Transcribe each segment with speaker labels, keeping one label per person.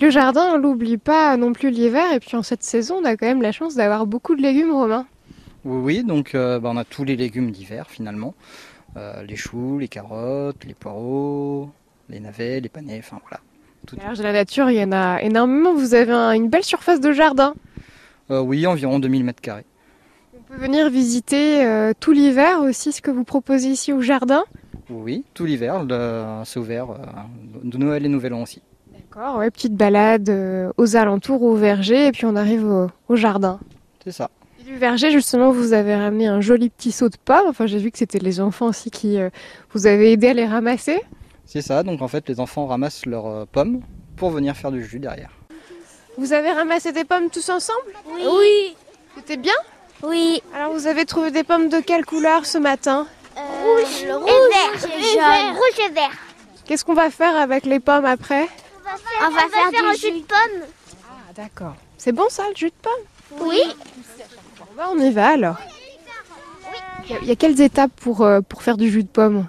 Speaker 1: Le jardin, on l'oublie pas non plus l'hiver. Et puis en cette saison, on a quand même la chance d'avoir beaucoup de légumes romains.
Speaker 2: Oui, oui donc euh, bah, on a tous les légumes d'hiver finalement. Euh, les choux, les carottes, les poireaux, les navets, les panais, enfin voilà.
Speaker 1: Tout Alors de la nature, il y en a énormément. Vous avez un- une belle surface de jardin.
Speaker 2: Euh, oui, environ 2000 mètres carrés.
Speaker 1: On peut venir visiter euh, tout l'hiver aussi ce que vous proposez ici au jardin.
Speaker 2: Oui, tout l'hiver, le- c'est ouvert, euh, de Noël et Nouvel An aussi.
Speaker 1: D'accord, ouais, petite balade euh, aux alentours, au verger, et puis on arrive au, au jardin.
Speaker 2: C'est ça.
Speaker 1: Et du verger, justement, vous avez ramené un joli petit seau de pommes. Enfin, j'ai vu que c'était les enfants aussi qui euh, vous avez aidé à les ramasser.
Speaker 2: C'est ça, donc en fait les enfants ramassent leurs euh, pommes pour venir faire du jus derrière.
Speaker 1: Vous avez ramassé des pommes tous ensemble
Speaker 3: Oui.
Speaker 1: C'était bien
Speaker 3: Oui.
Speaker 1: Alors, vous avez trouvé des pommes de quelle couleur ce matin
Speaker 3: Euh, rouge, et vert. Et vert. Rouge et vert.
Speaker 1: Qu'est-ce qu'on va faire avec les pommes après
Speaker 3: On va faire, du jus de pomme.
Speaker 1: Ah, d'accord. C'est bon ça, le jus de pomme
Speaker 3: Oui.
Speaker 1: Bon, bah, On y va alors. Il y a- il y, a quelles étapes pour, euh, pour faire du jus de pomme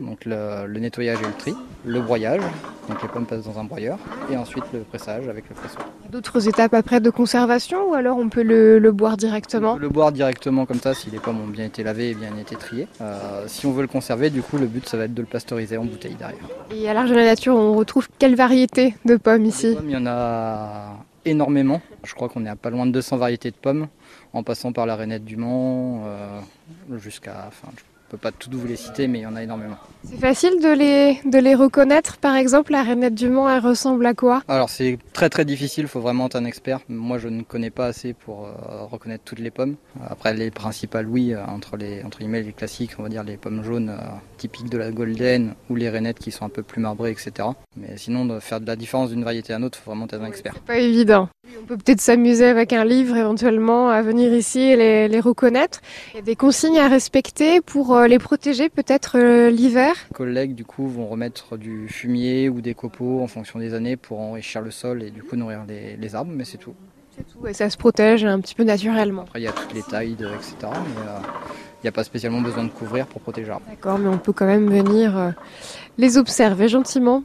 Speaker 2: Donc le, le nettoyage et le tri, le broyage, donc les pommes passent dans un broyeur, et ensuite le pressage avec le pressoir.
Speaker 1: Il y a D'autres étapes après de conservation ou alors on peut le, le boire
Speaker 2: On
Speaker 1: directement
Speaker 2: peut le boire directement comme ça si les pommes ont bien été lavées et bien été triées. Euh, si on veut le conserver, du coup le but ça va être de le pasteuriser en bouteille derrière.
Speaker 1: Et à l'Arche de la Nature, on retrouve quelle variété de pommes
Speaker 2: Les
Speaker 1: ici
Speaker 2: pommes, il y en a énormément. Je crois qu'on est à pas loin de 200 variétés de pommes, en passant par la rainette du Mans, euh, jusqu'à... Enfin, je peux pas tout vous les citer, mais il y en a énormément.
Speaker 1: C'est facile de les, de les reconnaître Par exemple, la rainette du Mans, elle ressemble à quoi
Speaker 2: Alors c'est très très difficile, faut vraiment être un expert. Moi je ne connais pas assez pour euh, reconnaître toutes les pommes. Euh, Après les principales oui, euh, entre les entre guillemets les classiques, on va dire les pommes jaunes euh, typiques de la golden ou les rainettes qui sont un peu plus marbrées, etc. Mais sinon de faire de la différence d'une variété à une autre, faut vraiment être un expert.
Speaker 1: Pas évident. On peut peut-être s'amuser avec un livre éventuellement à venir ici et les, les reconnaître. Il y a des consignes à respecter pour euh, les protéger peut-être euh, l'hiver.
Speaker 2: Les collègues du coup vont remettre du fumier ou des copeaux en fonction des années pour enrichir le sol et du coup nourrir les, les arbres, mais c'est tout.
Speaker 1: C'est tout, Et ça se protège un petit peu naturellement.
Speaker 2: Après il y a toutes les tailles, de- etc. Mais euh, il n'y a pas spécialement besoin de couvrir pour protéger l'arbre.
Speaker 1: D'accord, mais on peut quand même venir euh, les observer gentiment.